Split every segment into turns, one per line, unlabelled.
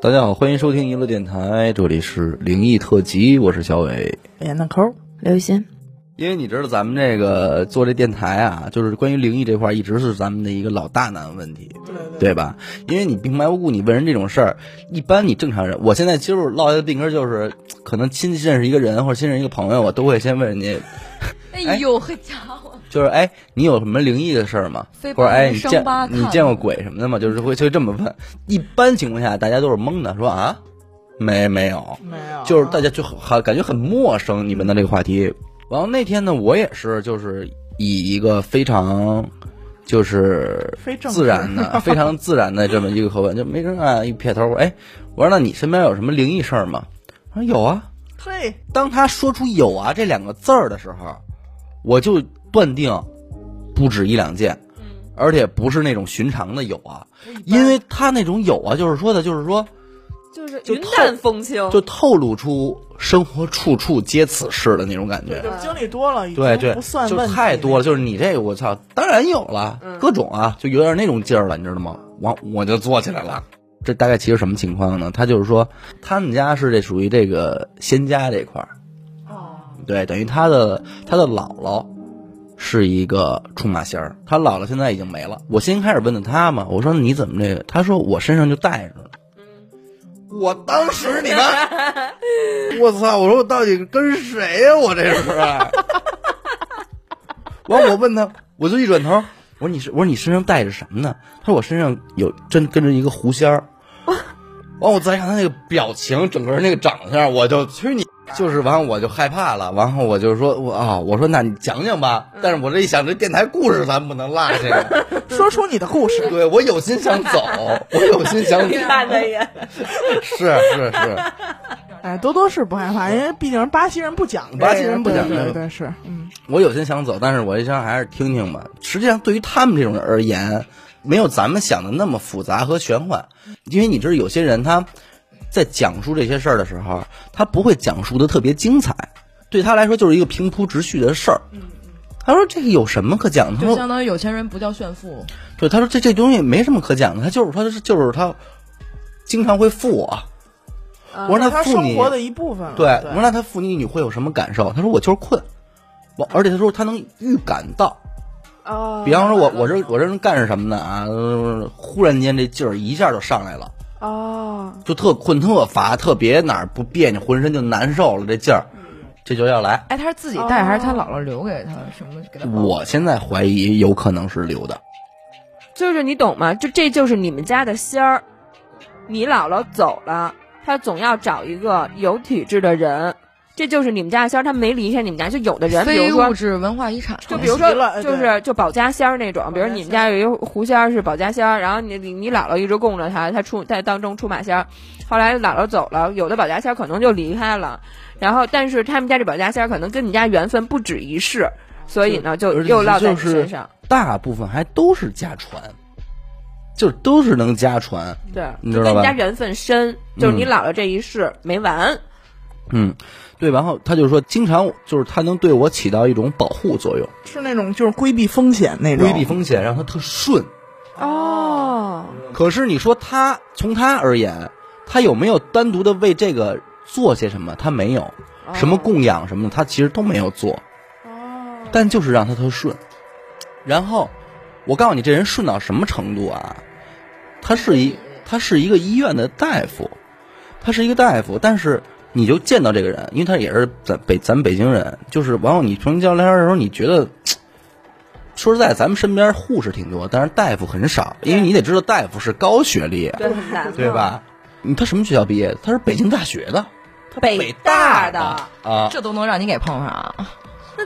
大家好，欢迎收听娱乐电台，这里是灵异特辑，我是小伟。
闫大抠，
刘雨欣，
因为你知道咱们这个做这电台啊，就是关于灵异这块儿，一直是咱们的一个老大难问题，对吧？因为你平白无故你问人这种事儿，一般你正常人，我现在接触落下的病根儿就是，可能亲戚认识一个人或者新认识一个朋友，我都会先问人家，
哎呦，嘿家伙，
就是哎，你有什么灵异的事儿吗？
非
或者
把
哎，
人
你
伤
见
疤
你
看
见过
了
鬼什么的吗？就是会就会这么问。一般情况下，大家都是懵的，说啊，没没有，
没有
就是大家就很很感觉很陌生，你们的这个话题。然后那天呢，我也是就是以一个非常就是
非正式
自然的、非常自然的这么一个口吻，就没人啊一撇头，我说哎，我说那你身边有什么灵异事儿吗？他说有啊。
嘿，
当他说出“有啊”这两个字儿的时候，我就断定不止一两件，而且不是那种寻常的有啊，因为他那种有啊，就是说的，就是说
就是
就
云淡风轻，
就透露出生活处处皆此事的那种感觉
对，。就是经历多了，已
对
经
对
不算，
就
问题嗯
太多了，就是你这个我操，当然有了，各种啊，就有点那种劲儿了，你知道吗？完我就坐起来了。这大概其实什么情况呢？他就是说，他们家是这属于这个仙家这块儿，
哦，
对，等于他的他的姥姥是一个出马仙儿，他姥姥现在已经没了。我先开始问的他嘛，我说你怎么这个？他说我身上就带着呢。
嗯
我当时 你们，我操！我说我到底跟谁呀、我这是。啊完，我问他，我就一转头，我说你是，我说你身上带着什么呢？他说我身上有真跟着一个狐仙儿。完，我再看他那个表情，整个人那个长相，我就去你。就是完，我就害怕了，然后我就说，我啊、我说那你讲讲吧。但是我这一想，这电台故事咱不能落这个，
说出你的故事，
对我有心想走，我有心想走，
他也，
是是是，
哎，多多是不害怕，因为毕竟巴西人不讲这个，
巴西人不讲这个
对对对是，嗯，
我有心想走，但是我一想还是听听吧。实际上，对于他们这种人而言，没有咱们想的那么复杂和玄幻，因为你知道，有些人他在讲述这些事儿的时候，他不会讲述的特别精彩，对他来说就是一个平铺直叙的事儿。他说：“这个有什么可讲的？”他
就
说
相当于有钱人不叫炫富，
对，他说这这东西没什么可讲的，他就是他就是就是他经常会负我。我说
呃那
他
他
负你
生，活的一部分了，
对，
嗯对，
我说那他负你，你会有什么感受？他说我就是困，我而且他说他能预感到，
哦
比方说我我这我这人干什么呢啊？呃忽然间这劲儿一下就上来了，
哦，
就特困特乏，特别哪儿不别扭，浑身就难受了，这劲儿
嗯
这就要来。
哎，他是自
哦
己带还是他姥姥留给他什么给他？
我现在怀疑有可能是留的，
就是你懂吗？就这就是你们家的仙儿，你姥姥走了，她总要找一个有体质的人，这就是你们家的仙儿，她没离开你们家。就有的人，比
非
如
物
说。
质文化遗产，
就比如
习了哎
说，就
对
是就保家仙儿那种，比如你们家有一狐仙儿是保家仙儿，然后你你你姥姥一直供着她，她出在当中出马仙儿，后来姥姥走了，有的保家仙儿可能就离开了，然后但是他们家这保家仙儿可能跟你家缘分不止一世，所以呢就
而且
又落在
就
你
是
身上，
大部分还都是家传，就是都是能家传。
对，
你知
就
道
跟
吧
你家缘分深，就是你姥姥这一世没完，
嗯，对，然后他就说，经常就是他能对我起到一种保护作用，
是那种就是规避风险那种，
规避风险，让他特顺。
哦，
可是你说他从他而言，他有没有单独的为这个做些什么？他没有，什么供养什么的，他其实都没有做，
哦，
但就是让他特顺。然后我告诉你，这人顺到什么程度啊？他是一他是一个医院的大夫，他是一个大夫，但是你就见到这个人，因为他也是咱北咱们北京人，就是往往你从交流天的时候，你觉得。说实在，咱们身边护士挺多，但是大夫很少，因为你得知道大夫是高学历，
对，很 难，
对？吧？你他什么学校毕业？他是北京大学的，他
北
大
大的
啊！
这都能让你给碰上啊？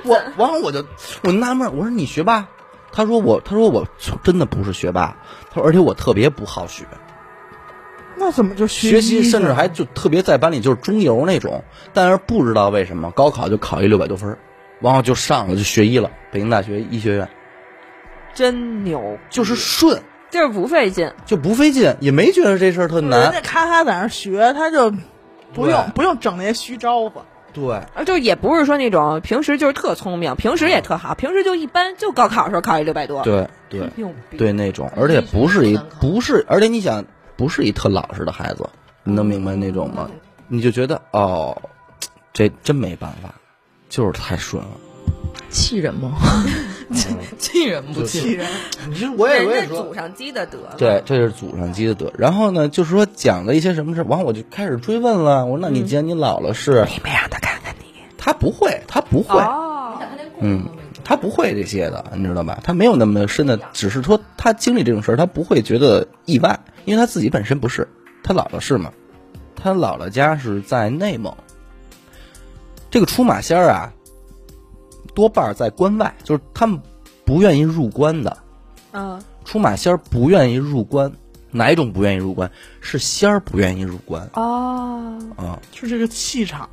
我完后我就我纳闷儿，我说你学霸？他说我他说我真的不是学霸，他说而且我特别不好学，
那怎么就
学习
医
甚至
呢
还就特别在班里就是中游那种，但是不知道为什么高考就考一六百多分儿，然后就上了就学医了，北京大学医学院
真牛，嗯
就是顺。
就是不费劲，
就不费劲，也没觉得这事儿特
人
难
家。咔咔在那儿学，他就不用
对
不用整那些虚招呼，
对，
啊，就也不是说那种平时就是特聪明，平时也特好，平时就一般，就高考的时候考一六百多。
嗯对，对，
有病
对那种，而且不是一
不能考
不是，而且你想，不是一特老实的孩子，你能明白那种
嗯
吗？你就觉得哦，这真没办法，就是太顺了。
气人吗？气人不气
气人，
你说我
人家祖上积的德，
对，这是祖上积的德。然后呢，就是说讲了一些什么事儿，完我就开始追问了。我说，那你既然你老了是，
嗯你没让他看看你，
他不会，他不会，
哦，
嗯，他不会这些的，你知道吧？他没有那么深的，只是说他经历这种事儿，他不会觉得意外，因为他自己本身不是，他姥姥是嘛，他姥姥家是在内蒙。这个出马仙儿啊，多半儿在关外，就是他们不愿意入关的。
嗯，
出马仙儿不愿意入关，哪一种不愿意入关？是仙儿不愿意入关
哦，
啊、
就这个气场，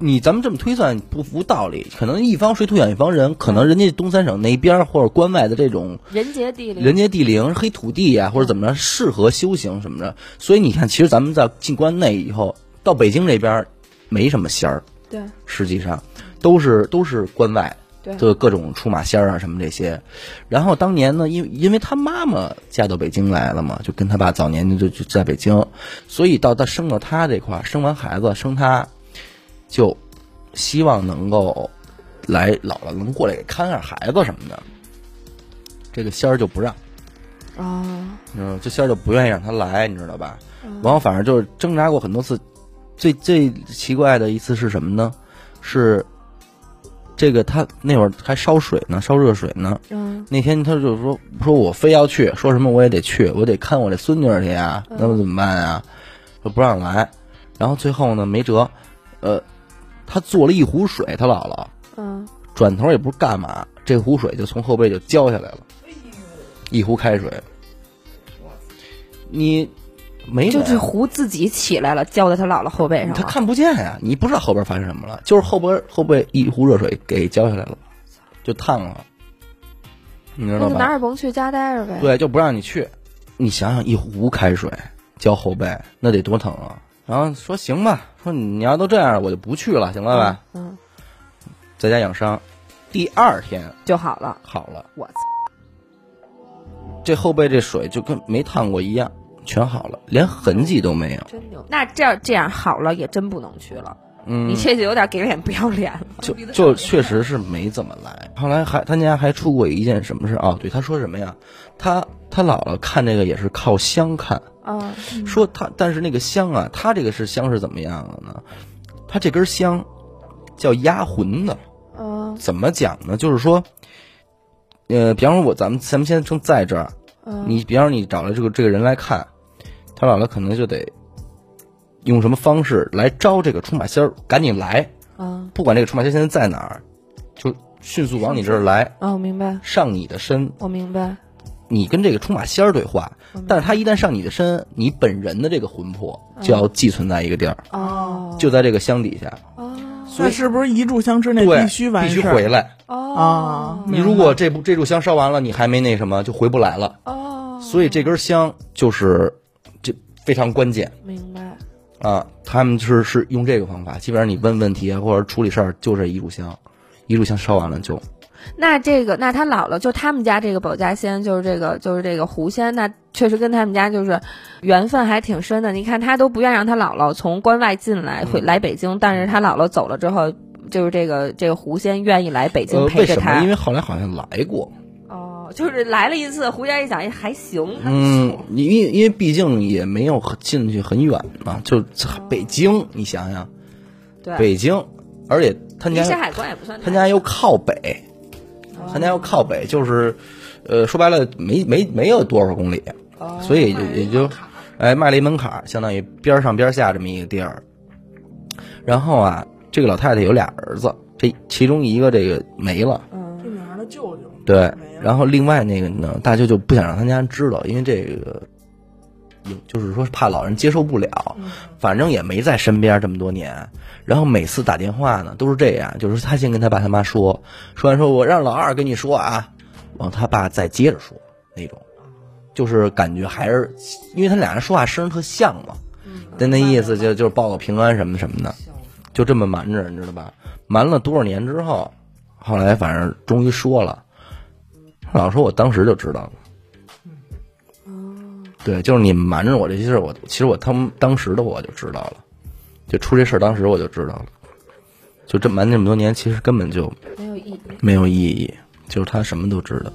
你咱们这么推算不无道理，可能一方水土养一方人，可能人家东三省那边儿或者关外的这种
人杰地灵，
人家地灵黑土地呀、或者怎么着适合修行什么的。所以你看，其实咱们在进关内以后，到北京这边儿没什么仙儿，
对
实际上都是都是关外
对
的各种出马仙儿啊什么这些。然后当年呢，因为因为他妈妈嫁到北京来了嘛，就跟他爸早年就就在北京，所以到他生到他这块儿，生完孩子生他，就希望能够来姥姥能过来给看看孩子什么的。这个仙儿就不让，
哦，
你知道吗嗯这仙儿就不愿意让他来，你知道吧？然后反正就是挣扎过很多次，最最奇怪的一次是什么呢？是这个他那会儿还烧水呢，烧热水呢。
嗯
那天他就说说我非要去，说什么我也得去，我得看我这孙女儿去呀，那我怎么办呀？就不让来。然后最后呢，没辙，呃，他做了一壶水，他姥姥
嗯，
转头也不是干嘛，这壶水就从后背就浇下来了，一壶开水。你没
就
人
这壶自己起来了，浇在他姥姥后背上
他
了，
看不见呀、你不知道后边发生什么了，就是后边后背一壶热水给浇下来了，就烫了，你知
那
道
就哪
吧？
儿也甭去，家待着呗。
对，就不让你去。你想想，一壶开水浇后背，那得多疼啊！然后说行吧，说你要都这样，我就不去了，行了吧？
嗯，
在家养伤。第二天
就好了。
好了，
我操，
这后背这水就跟没烫过一样，全好了，连痕迹都没有。
真牛！那这样这样好了，也真不能去了。
嗯
你，这就有点给脸不要脸了。
就就确实是没怎么来。后来还他家还出过一件什么事啊？对，他说什么呀？他他姥姥看这个也是靠香看，
嗯
说他但是那个香啊，他这个是香是怎么样的呢？他这根香叫压魂的，
嗯
怎么讲呢？就是说，呃，比方说我咱们咱们现在正在这儿，
嗯，
你比方说你找了这个这个人来看，他姥姥可能就得用什么方式来招这个出马仙儿，赶紧来。
嗯
不管这个出马仙现在在哪儿，就迅速往你这儿来，
啊，我明白，
上你的身，
我明白。
你跟这个出马仙儿对话，
嗯
但是他一旦上你的身，你本人的这个魂魄就
嗯
要寄存在一个地儿，
哦，
就在这个箱底下，
哦
所
那
以
是不是一炷香之内
对
必须完
必须
事儿？啊
回来。
哦
你如果这部这炷香烧完了，你还没那什么，就回不来了。
哦，
所以这根香就是这非常关键
明白。
啊。他们是是用这个方法，基本上你问问题啊或者处理事儿，就这一炷香，一炷香烧完了就
那这个，那他姥姥就他们家这个保家仙，就是这个，就是这个狐仙，那确实跟他们家就是缘分还挺深的。你看，他都不愿让他姥姥从关外进来，
嗯
回来北京，但是他姥姥走了之后，就是这个这个狐仙愿意来北京
呃
陪
为
着
什
他。
么？因为后来好像来过。
哦，就是来了一次，狐仙一想，哎，还行，
嗯，因为因为毕竟也没有很进去很远嘛，就北京，你想想，
对，
北京，而且他
离山
家
海关也不算
他
太。
家又靠北，他家又靠北，就是，呃，说白了没没没有多少公里，所以也也就，哎，迈了一门槛儿，相当于边上边下这么一个地儿。然后啊，这个老太太有俩儿子，这其中一个这个没了，
这女孩的舅舅
对
没，了
然后另外那个呢，大舅就不想让他家人知道，因为这个，有就是说怕老人接受不了，反正也没在身边这么多年。然后每次打电话呢，都是这样，就是他先跟他爸他妈说，说完说我让老二跟你说啊，往他爸再接着说那种，就是感觉还是因为他俩人说话声儿特像嘛，但那意思就就是报个平安什么什么的，就这么瞒着，你知道吧？瞒了多少年之后，后来反正终于说了。老实说，我当时就知道了。
对，就是你瞒着我这些事儿，我其实我他们当时的我就知道了，就出这事儿当时我就知道了，就这瞒这么多年，其实根本就
没有意义。
没有意义，就是他什么都知道。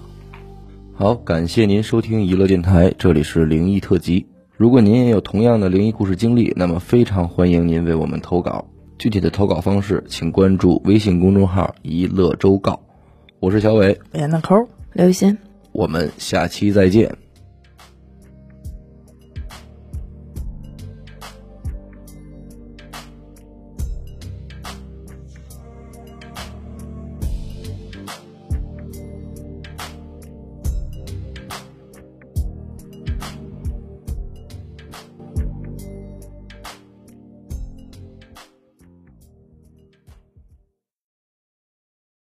好，感谢您收听娱乐电台，这里是灵异特辑。如果您也有同样的灵异故事经历，那么非常欢迎您为我们投稿。具体的投稿方式，请关注微信公众号“一乐周告”。我是小伟，
演的抠儿。
刘雨欣。
我们下期再见。